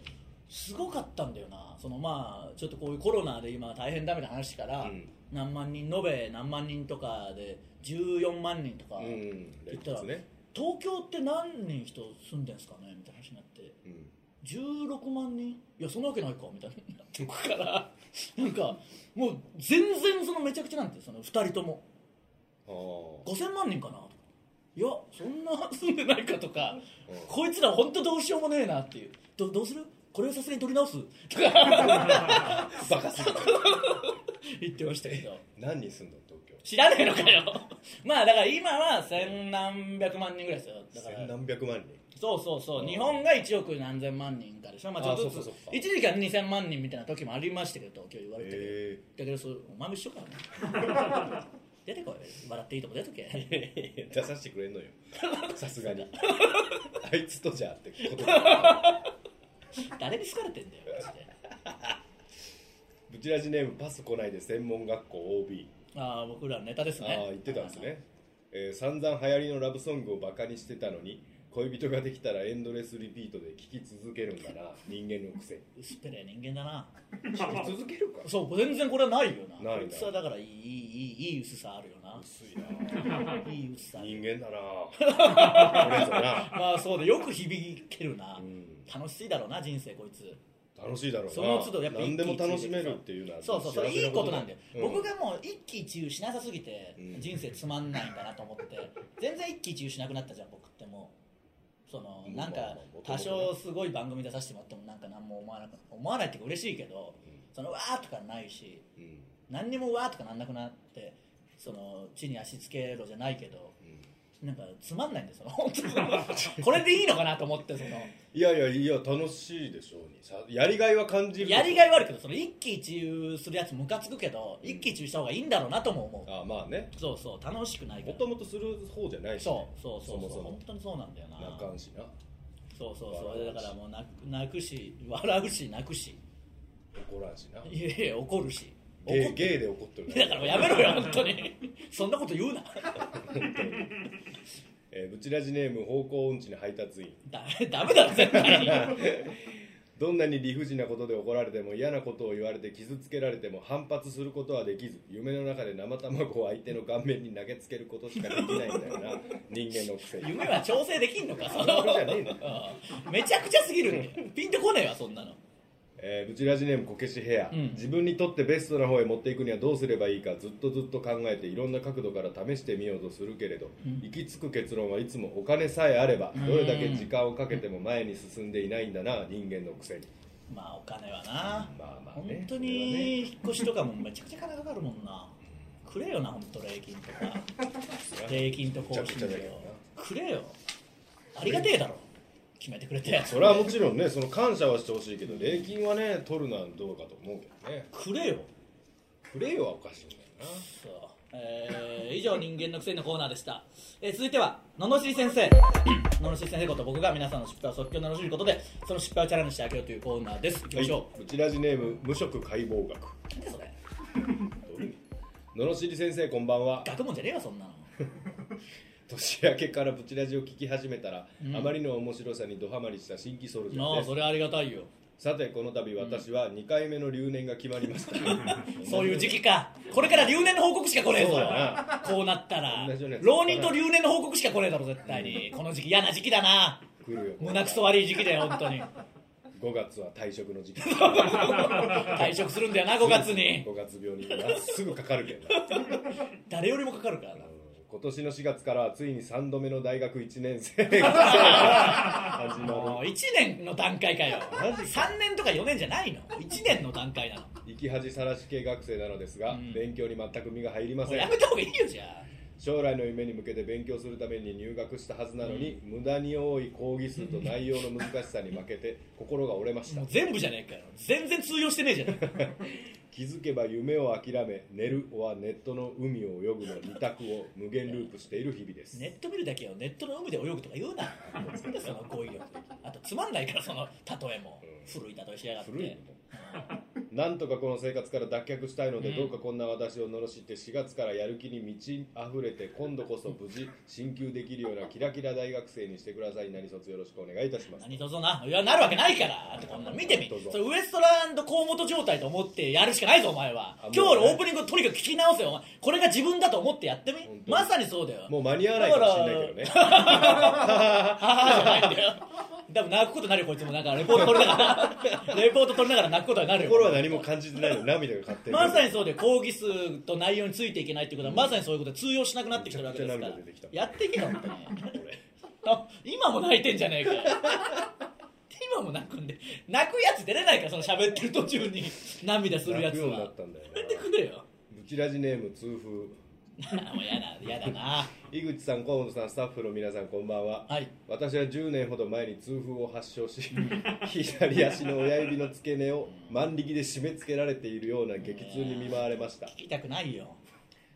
Speaker 2: すごかったんだよなそのまあちょっとこういうコロナで今大変だみたいな話から、
Speaker 3: うん
Speaker 2: 何万人延べ何万人とかで14万人とか
Speaker 3: う
Speaker 2: 言
Speaker 3: ん
Speaker 2: ったら、
Speaker 3: 連日ね
Speaker 2: 東京って何人人住んでんすかねみたいな話になって
Speaker 3: うん
Speaker 2: 16万人いやそんなわけないかみたいになってくからなんかもう全然そのめちゃくちゃなんてその2人とも
Speaker 3: あー
Speaker 2: 5000万人かなとかいやそんな住んでないかとか、
Speaker 3: うん
Speaker 2: こいつら本当どうしようもねえなっていうどどうするこれをさすがに取り直すとか
Speaker 3: バカすぎる
Speaker 2: 言ってましたけど
Speaker 3: 何人住んだの東京
Speaker 2: 知らねえのかよまあだから今は千何百万人ぐらいですよだから
Speaker 3: 千何百万
Speaker 2: (laughs)
Speaker 3: 人
Speaker 2: そうそうそううん日本が1億何千万人かでしょ、まあ、ちょっと
Speaker 3: あそ
Speaker 2: ず
Speaker 3: う
Speaker 2: つ
Speaker 3: かそうか
Speaker 2: 一時期は2000万人みたいな時もありましたけど東京言われてたけど、
Speaker 3: へ (laughs)
Speaker 2: だけどそうお前も一緒かね出てこい笑っていいとこ出とけ
Speaker 3: 出させて
Speaker 2: (laughs)
Speaker 3: くれんのよさすがにあいつとじゃってことだ
Speaker 2: 誰に好かれてんだよマジで
Speaker 3: ブチラジネームパス来ないで専門学校 OB
Speaker 2: ああ僕らネタです
Speaker 3: ああ
Speaker 2: ね
Speaker 3: 言ってたんですね、えー、散々流行りのラブソングをバカにしてたのに恋人ができたらエンドレスリピートで聴き続けるんだな人間の
Speaker 2: (laughs)
Speaker 3: 癖
Speaker 2: 薄っぺらい人間だな
Speaker 3: 聴き続けるか
Speaker 2: そう全然これはないよな
Speaker 3: ないな
Speaker 2: こつはだからいいいいいい薄さあるよな
Speaker 3: 薄いない
Speaker 2: (laughs) い薄さある
Speaker 3: 人間だな
Speaker 2: (laughs)
Speaker 3: これぞな、
Speaker 2: まあそうでよく響けるな、
Speaker 3: うん、
Speaker 2: 楽しいだろうな人生こいつ
Speaker 3: 楽しいだろうな
Speaker 2: その都度やっぱ一喜一
Speaker 3: 何
Speaker 2: 憂
Speaker 3: でも楽しめるっていうのは
Speaker 2: そうそうそれ
Speaker 3: 幸せ
Speaker 2: いいことなんだよ、僕
Speaker 3: が
Speaker 2: がもう一喜一憂しなさすぎて
Speaker 3: うん
Speaker 2: 人生つまんないんだなと思って、
Speaker 3: (laughs)
Speaker 2: 全然一喜一憂しなくなったじゃん僕ってもうその
Speaker 3: ま
Speaker 2: な
Speaker 3: あ
Speaker 2: ん
Speaker 3: まあ
Speaker 2: か
Speaker 3: まあ
Speaker 2: 多少すごい番組出させてもらってもなんか何も思わなく思わないっていうか嬉しいけどそのわーとかないし
Speaker 3: うんうん
Speaker 2: 何にもわーとかなんなくなってその地に足つけろじゃないけど
Speaker 3: うん
Speaker 2: なんかつまんないんですよ (laughs) 本当にこれでいいのかなと思ってその。
Speaker 3: いやいやいや楽しいでしょうにさやりがいは感じる
Speaker 2: やりがいはあるけどその一喜一憂するやつムカつくけど、一喜一憂した方がいいんだろうなとも思う
Speaker 3: あまあね
Speaker 2: そうそう楽しくないか
Speaker 3: も
Speaker 2: ら
Speaker 3: ともとする方じゃないし、ね、
Speaker 2: そうそうそうそう
Speaker 3: そもそも
Speaker 2: 本当にそうなんだよな
Speaker 3: なかんしな
Speaker 2: そうそうそうだからもう泣く泣くし笑うし泣くし
Speaker 3: 怒らんしない
Speaker 2: やいや怒るし
Speaker 3: ゲ
Speaker 2: 怒
Speaker 3: ー
Speaker 2: っ
Speaker 3: ゲーで怒ってる
Speaker 2: だからもうやめろよ本当に (laughs) そんなこと言うな
Speaker 3: えーブチラジネーム方向音痴に配達員
Speaker 2: だダメだろ絶対
Speaker 3: (laughs)
Speaker 2: に
Speaker 3: どんなに理不尽なことで怒られても嫌なことを言われて傷つけられても反発することはできず夢の中で生卵を相手の顔面に投げつけることしかできないんだよな
Speaker 2: (laughs)
Speaker 3: 人間の癖
Speaker 2: 夢は調整できんのかその
Speaker 3: 夢じゃねえんだ
Speaker 2: うんめちゃくちゃすぎるんだよピンとこねえわそんなの
Speaker 3: えーブチラジネームこけしヘア、
Speaker 2: うん
Speaker 3: 自分にとってベストな方へ持っていくにはどうすればいいかずっとずっと考えていろんな角度から試してみようとするけれど、
Speaker 2: うん
Speaker 3: 行き着く結論はいつもお金さえあれば
Speaker 2: うん
Speaker 3: どれだけ時間をかけても前に進んでいないんだな人間のくせに
Speaker 2: まあお金はな
Speaker 3: まあまあ
Speaker 2: 本
Speaker 3: ね
Speaker 2: 当
Speaker 3: それはね
Speaker 2: に引っ越しとかもめちゃくちゃ金かかるもんなくれよな本当礼金とか礼金と更
Speaker 3: めちゃく
Speaker 2: 新
Speaker 3: ちゃ
Speaker 2: 料
Speaker 3: だけどな
Speaker 2: くれよありがてえだろ決めてくれて
Speaker 3: それはもちろんねその感謝はしてほしいけど礼金はね取るのはどうかと思うけどね
Speaker 2: くれよ
Speaker 3: プレイはおかしいんだよ
Speaker 2: そう、えー以上人間のくせにのコーナーでした、えー続いては罵り先
Speaker 3: (clears throat)
Speaker 2: 生罵り先生こと僕が皆さんの失敗を即興で罵ることでその失敗をチャレンジしてあげようというコーナーですいき
Speaker 3: な
Speaker 2: ましょう、
Speaker 3: うちラジネーム無職解剖学
Speaker 2: なんでそれ
Speaker 3: ののしり先生こんばんは
Speaker 2: 学問じゃねえわそんな
Speaker 3: (laughs)
Speaker 2: の
Speaker 3: 年明けからブチラジを聞き始めたら、
Speaker 2: うん
Speaker 3: あまりの面白さにドハマりした新規ソルジャ
Speaker 2: な
Speaker 3: ー
Speaker 2: あ
Speaker 3: です
Speaker 2: それありがたいよ
Speaker 3: さてこの度私は2回目の留年が決まりました
Speaker 2: (laughs) そういう時期かこれから留年の報告しか来ねえぞ
Speaker 3: そうだ
Speaker 2: こうなったら
Speaker 3: 同じようなやつ
Speaker 2: 浪人と留年の報告しか来ねえだろ絶対にこの時期嫌な時期だな
Speaker 3: 来るよ
Speaker 2: 胸くそ悪い時期だよ本
Speaker 3: (laughs)
Speaker 2: 当に
Speaker 3: 5月は退職
Speaker 2: (laughs)
Speaker 3: の時期
Speaker 2: 退職するんだよな5月に
Speaker 3: 5月病になすぐかかるけどな
Speaker 2: 誰よりもかかるからな
Speaker 3: 今年の4月からはついに3度目の大学1年生が始ま
Speaker 2: (laughs) もう1年の段階かよ
Speaker 3: マジ
Speaker 2: 3年とか4年じゃないの1年の段階なのも
Speaker 3: る生き恥さらし系学生なのですが、
Speaker 2: うん
Speaker 3: 勉強に全く身が入りま
Speaker 2: う
Speaker 3: せ
Speaker 2: や
Speaker 3: ん
Speaker 2: めた方がいいよじゃあ
Speaker 3: 将来の夢に向けて勉強するために入学したはずなのに、無駄に多い講義数と内容の難しさに負けて心が折れました
Speaker 2: もう全部じゃねえかよ全然通用してねえじゃねえか
Speaker 3: 気づけば夢を諦め寝るはネットの海を泳ぐの2択を無限ループしている日々です
Speaker 2: ネット見るだけよネットの海で泳ぐとか言うななんだその語彙力あとつまんないからその例えも、
Speaker 3: うん
Speaker 2: 古い例えしやがって
Speaker 3: 古いねなんとかこの生活から脱却したいので、どうかこんな私を罵って4月からやる気に満ち溢れて今度こそ無事進級できるようなキラキラ大学生にしてください何卒よろしくお願いいたします
Speaker 2: 何とぞないやなるわけないからあとこんな見てみ
Speaker 3: どうぞ
Speaker 2: それウエストランド河本状態と思ってやるしかないぞお前は
Speaker 3: あもうね
Speaker 2: 今日のオープニングをとにかく聞き直せよお前これが自分だと思ってやってみ
Speaker 3: 本当
Speaker 2: まさにそうだよ
Speaker 3: もう間に合わないかもしれないけどね
Speaker 2: 母じゃないんだよ多分泣くことになるよこいつもなんかレポート取りな
Speaker 3: (laughs)
Speaker 2: がらレポート取りながら泣くことになるよ
Speaker 3: 心は何も感じてないのに涙が勝手に
Speaker 2: まさに
Speaker 3: 出
Speaker 2: そうで講義数と内容についていけないってことは、まさにそういうことで通用しなくなってきてるわけですから
Speaker 3: めちゃくちゃ涙出てきた
Speaker 2: やっていけよ本当に
Speaker 3: てる
Speaker 2: あ今も泣いてんじゃねえかよ今も泣くんで泣くやつ出れないからその喋ってる途中に涙す
Speaker 3: 俺
Speaker 2: るや
Speaker 3: 泣
Speaker 2: つ
Speaker 3: くようにな
Speaker 2: は
Speaker 3: ったんだよ
Speaker 2: やめてくれよ
Speaker 3: なブチラジネーム痛
Speaker 2: もうやだやだな
Speaker 3: 風井口さん河本さんスタッフの皆さんこんばんは
Speaker 2: はい
Speaker 3: 私は10年ほど前に痛風を発症し (laughs) 左足の親指の付け根を万力で締め付けられているような激痛に見舞われました
Speaker 2: 聞きたくないよ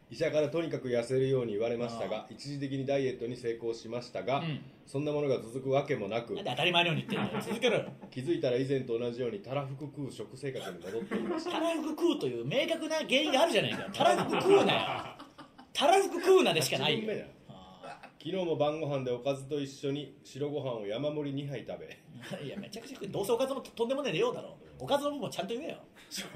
Speaker 3: 医者からとにかく痩せるように言われましたが一時的にダイエットに成功しましたが、
Speaker 2: うん
Speaker 3: そんなものが続くわけもなく
Speaker 2: なんで当たり前のように言ってるの続けろよ
Speaker 3: 気づいたら以前と同じようにたらふく食う食生活に戻っていました
Speaker 2: たらふく食うという明確な原因があるじゃないかよたらふく食うなよたらふく食うなでしかない
Speaker 3: 自分目
Speaker 2: よ
Speaker 3: だ
Speaker 2: あ
Speaker 3: 昨日も晩ご飯でおかずと一緒に白ご飯を山盛り2杯食べ
Speaker 2: (laughs) ーいやめちゃくちゃ食うどうせおかずもとんでもねえ量だろおかずの部分もちゃんと言えよ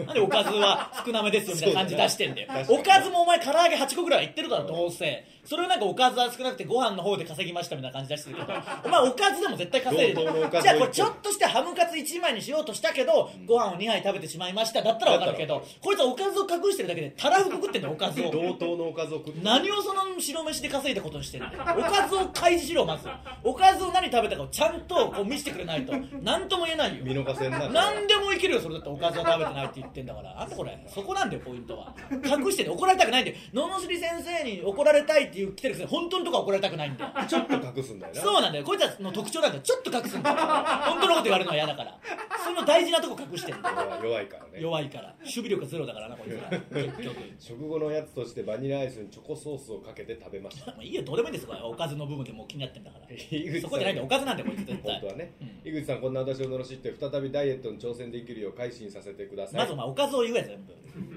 Speaker 2: なんでおかずは少なめですみたいな感じ出してんだ (laughs) よ
Speaker 3: そうだね
Speaker 2: おかずもお前唐揚げ8個ぐらいはいってるだろどうせそれをなんかおかずは少なくてご飯の方で稼ぎましたみたいな感じ出してるけ (laughs) どお前おかずでも絶対稼いで
Speaker 3: 同
Speaker 2: る
Speaker 3: 等のおかず
Speaker 2: じゃあこれちょっとしてハムカツ1枚にしようとしたけどご飯を2杯食べてしまいましただったら分かるけどこいつはおかずを隠してるだけでたらふく食ってんだよおか (laughs) ずを
Speaker 3: 同等のおかずを食って
Speaker 2: 何をその白飯で稼いだことにしてるんだよおかずを開示しろまずおかずを何食べたかをちゃんとこう見せてくれないと何とも言えないよ
Speaker 3: 見逃せんな
Speaker 2: 何でもいけるよそれだっておかずは食べてないって言ってんだからあんたこれそこなんだよポイントは隠してて怒られたくないんだよ野々尻先生に怒られたいって言ってるくせに本当のとこは怒られたくないんだよ
Speaker 3: ちょっと隠すんだよな
Speaker 2: そうなんだよこいつらの特徴なんだよちょっと隠すんだよ本当のこと言われるのは嫌だからその大事なとこ隠してるんだよ
Speaker 3: 弱い弱いからね
Speaker 2: 弱いから守備力ゼロだからなこいつら結局
Speaker 3: 食後のやつとしてバニラアイスにチョコソースをかけて食べま
Speaker 2: (laughs)
Speaker 3: した
Speaker 2: まあいいよどうでもいいですよおおかずの部分でもう気になってんだから
Speaker 3: (laughs) 井口さん
Speaker 2: そこじゃないんだよおかずなんだよこいつ絶
Speaker 3: 本
Speaker 2: 対
Speaker 3: 当はね、
Speaker 2: う
Speaker 3: 井口さんこんな私を罵って再びダイエットに挑戦できるよう改心させてください
Speaker 2: まずお前おかずを言え全部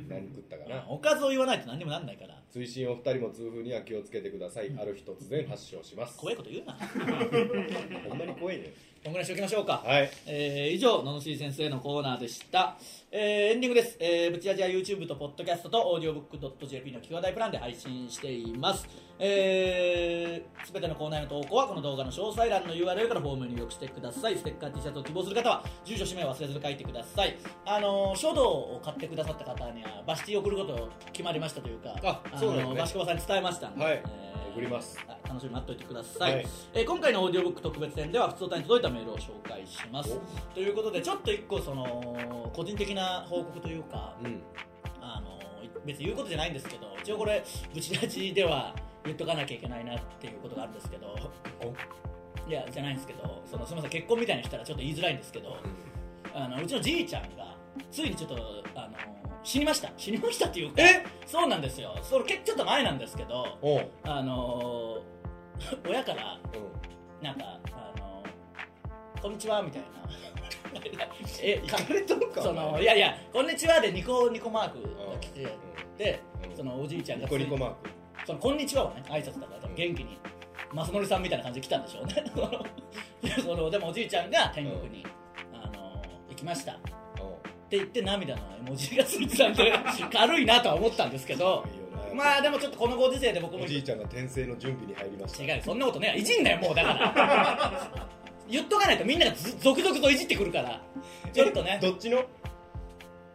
Speaker 3: 何食ったか
Speaker 2: うん
Speaker 3: な
Speaker 2: おかずを言わないと何にもなんないから
Speaker 3: 追伸お二人も痛風には気をつけてください、ある日突然発症します
Speaker 2: 怖いこと言うな
Speaker 3: ほんまに怖いね
Speaker 2: こんぐらいにしておきましょうか
Speaker 3: はい
Speaker 2: えー以上、ののしり先生のコーナーでした。えーエンディングです。えー、ぶちアジア YouTube と Podcast と audiobook.jp の兄弟プランで配信しています。えすべてのコーナーへの投稿はこの動画の詳細欄の URL からフォームに入力してください。ステッカー T シャツを希望する方は、住所、氏名を忘れずに書いてください。あのー書道を買ってくださった方には、バシティを送ることを決まりましたというか、
Speaker 3: あそうなんです
Speaker 2: の
Speaker 3: ね
Speaker 2: ーバシコバさんに伝えましたんで、
Speaker 3: はい
Speaker 2: えー
Speaker 3: 送ります
Speaker 2: はい楽しみに待っておいてください、
Speaker 3: はい
Speaker 2: えー今回のオーディオブック特別編では普通歌に届いたメールを紹介しますということでちょっと一個その個人的な報告というか
Speaker 3: うん
Speaker 2: あの別に言うことじゃないんですけど一応これブチラジでは言っとかなきゃいけないなっていうことがあるんですけどいやじゃないんですけどそのすみません結婚みたいにしたらちょっと言いづらいんですけどあのうちのじいちゃんがついにちょっとあの死にました死にましたっていうか
Speaker 3: え
Speaker 2: そうなんですよそれ結構ちょっと前なんですけど
Speaker 3: おう
Speaker 2: あのー親から
Speaker 3: う
Speaker 2: なんか、あのーこんにちはみたいなえか
Speaker 3: ん、れとるか
Speaker 2: そ
Speaker 3: お
Speaker 2: の
Speaker 3: 前
Speaker 2: いやいやこんにちはでニコニコマークが来て
Speaker 3: う
Speaker 2: で
Speaker 3: うん
Speaker 2: そのおじいちゃん
Speaker 3: ん
Speaker 2: が
Speaker 3: ニコニコマー
Speaker 2: そのこんにちははね挨拶だから多分元気に正則さんみたいな感じで来たんでしょうね (laughs) そのでそのでもおじいちゃんが天国に、あのー行きましたって
Speaker 3: クおう
Speaker 2: 言って涙の絵文字がついてたんで軽いなとは思ったんですけど
Speaker 3: いいよな
Speaker 2: まあでもちょっとこのご時世で僕も
Speaker 3: おじいちゃんが転生の準備に入りました
Speaker 2: 違うそんなことねいじんなよもうだから (laughs) 言っとかないとみんながず続々といじってくるからちょっとね
Speaker 3: どっちの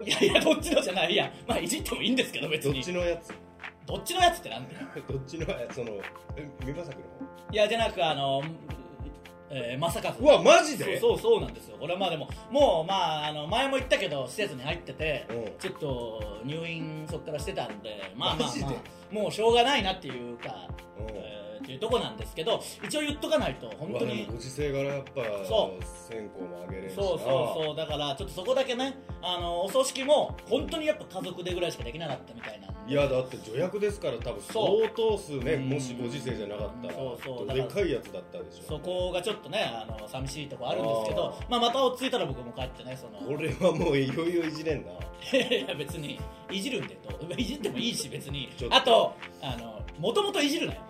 Speaker 2: いやいやどっちのじゃないいやまあいじってもいいんですけど別
Speaker 3: どっ
Speaker 2: に
Speaker 3: ちのやつ (laughs)
Speaker 2: どっちのやつってなんだよ
Speaker 3: どっちのやそのえ美馬作の
Speaker 2: いやじゃなくあのえー、まさか
Speaker 3: うわマジで
Speaker 2: そうそうそうなんですよこれはまあでももうまああの前も言ったけど施設に入ってて
Speaker 3: うん
Speaker 2: ちょっと入院そっからしてたんでまあまあ
Speaker 3: マジで
Speaker 2: まあもうしょうがないなっていうか、
Speaker 3: うん
Speaker 2: えーっていうとこなんですけど一応言っとかないと本当
Speaker 3: うわ
Speaker 2: に
Speaker 3: でもご時世柄やっぱ
Speaker 2: そ
Speaker 3: 線香もあげれるしな
Speaker 2: そうそうそうだからちょっとそこだけねあのお葬式も本当にやっぱ家族でぐらいしかできなかったみたいなんで
Speaker 3: やだって助役ですから多分相
Speaker 2: そう
Speaker 3: 当数ね
Speaker 2: うん
Speaker 3: もしご時世じゃなかったら
Speaker 2: うんそうそうだから
Speaker 3: でかいやつだったでしょ
Speaker 2: そこがちょっとねあの寂しいとこあるんですけどまあ、また落ち着いたら僕も帰ってねその
Speaker 3: これはもういよいよいじれんない (laughs)
Speaker 2: や別にいじるんでといじってもいいし別に
Speaker 3: ちょっと
Speaker 2: あとあのもともといじ
Speaker 3: (laughs)
Speaker 2: るなよ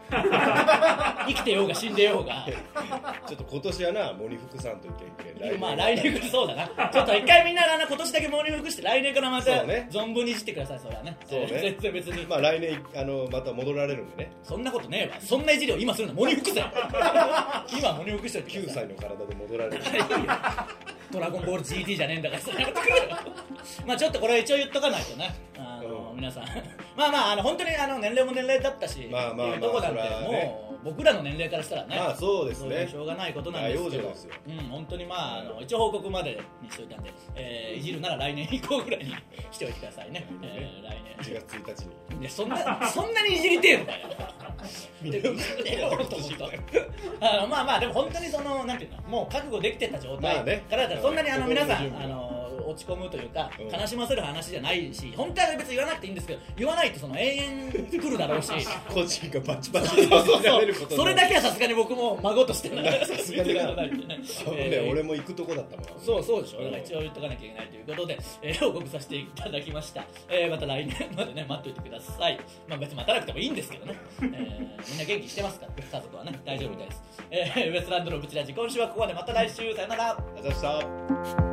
Speaker 2: 生きてようが死んでようが
Speaker 3: ちょっと今年はな森福さんといけんけん
Speaker 2: まあ来年からそうだなちょっと一回みんながな今年だけモーニングして来年からまた
Speaker 3: そうね
Speaker 2: 存分にいじってくださいそれはね
Speaker 3: そうね
Speaker 2: 全然別に
Speaker 3: まあ来年あのまた戻られるんでね
Speaker 2: そんなことねえわそんないじりを今するのモニフクせ
Speaker 3: (laughs)
Speaker 2: 今モニフクしてる
Speaker 3: 9歳の体で戻られる
Speaker 2: ドラゴンボール GT じゃねえんだからそんなことくれよまあちょっとこれ一応言っとかないとねあの、
Speaker 3: うん
Speaker 2: 皆さんまあまああの本当にあの年齢も年齢だったし
Speaker 3: まあまあまあ
Speaker 2: っていうとこなんで、
Speaker 3: それはね
Speaker 2: もう僕らの年齢からしたらね、
Speaker 3: まあそうです
Speaker 2: そういう
Speaker 3: ね
Speaker 2: しょうがないことなんですけ
Speaker 3: 大
Speaker 2: ど
Speaker 3: 往生ですよ
Speaker 2: うん、本当にまああの一応報告までにしておいたんで、えーいじるなら来年以降ぐらいにしておいてくださいね、
Speaker 3: 来年ね
Speaker 2: えー来年
Speaker 3: 1月1日に
Speaker 2: いやそんなそんなにいじりてえのかよ。と思ったあのまあまあでも本当にそのなんていうのもう覚悟できてた状態
Speaker 3: まあね
Speaker 2: からだったらそんなにあの
Speaker 3: 心の
Speaker 2: 皆さん
Speaker 3: 準備
Speaker 2: あの落ち込むというか、
Speaker 3: うん
Speaker 2: 悲しませる話じゃないし本当は別に言わなくていいんですけど言わないとその永遠来るだ
Speaker 3: (laughs)
Speaker 2: ろうし
Speaker 3: 個人がバチバチにられること
Speaker 2: それだ
Speaker 3: け
Speaker 2: けはさすがに僕も孫として
Speaker 3: (laughs)
Speaker 2: なさ
Speaker 3: すがにな俺
Speaker 2: も
Speaker 3: も行くとこだったもん
Speaker 2: そうそうでしょ、
Speaker 3: ん
Speaker 2: だから一応言っとかなきゃいけないということで、えー報 (laughs) 告させていただきました、えーまた来年までね待っといてください、まあ、別に待たなくてもいいんですけどね、えーみんな元気してますから家族はね大丈夫みたいです、えーウエストランドのブチラジ今週はここまでまた来週さよなら
Speaker 3: ありがとうございました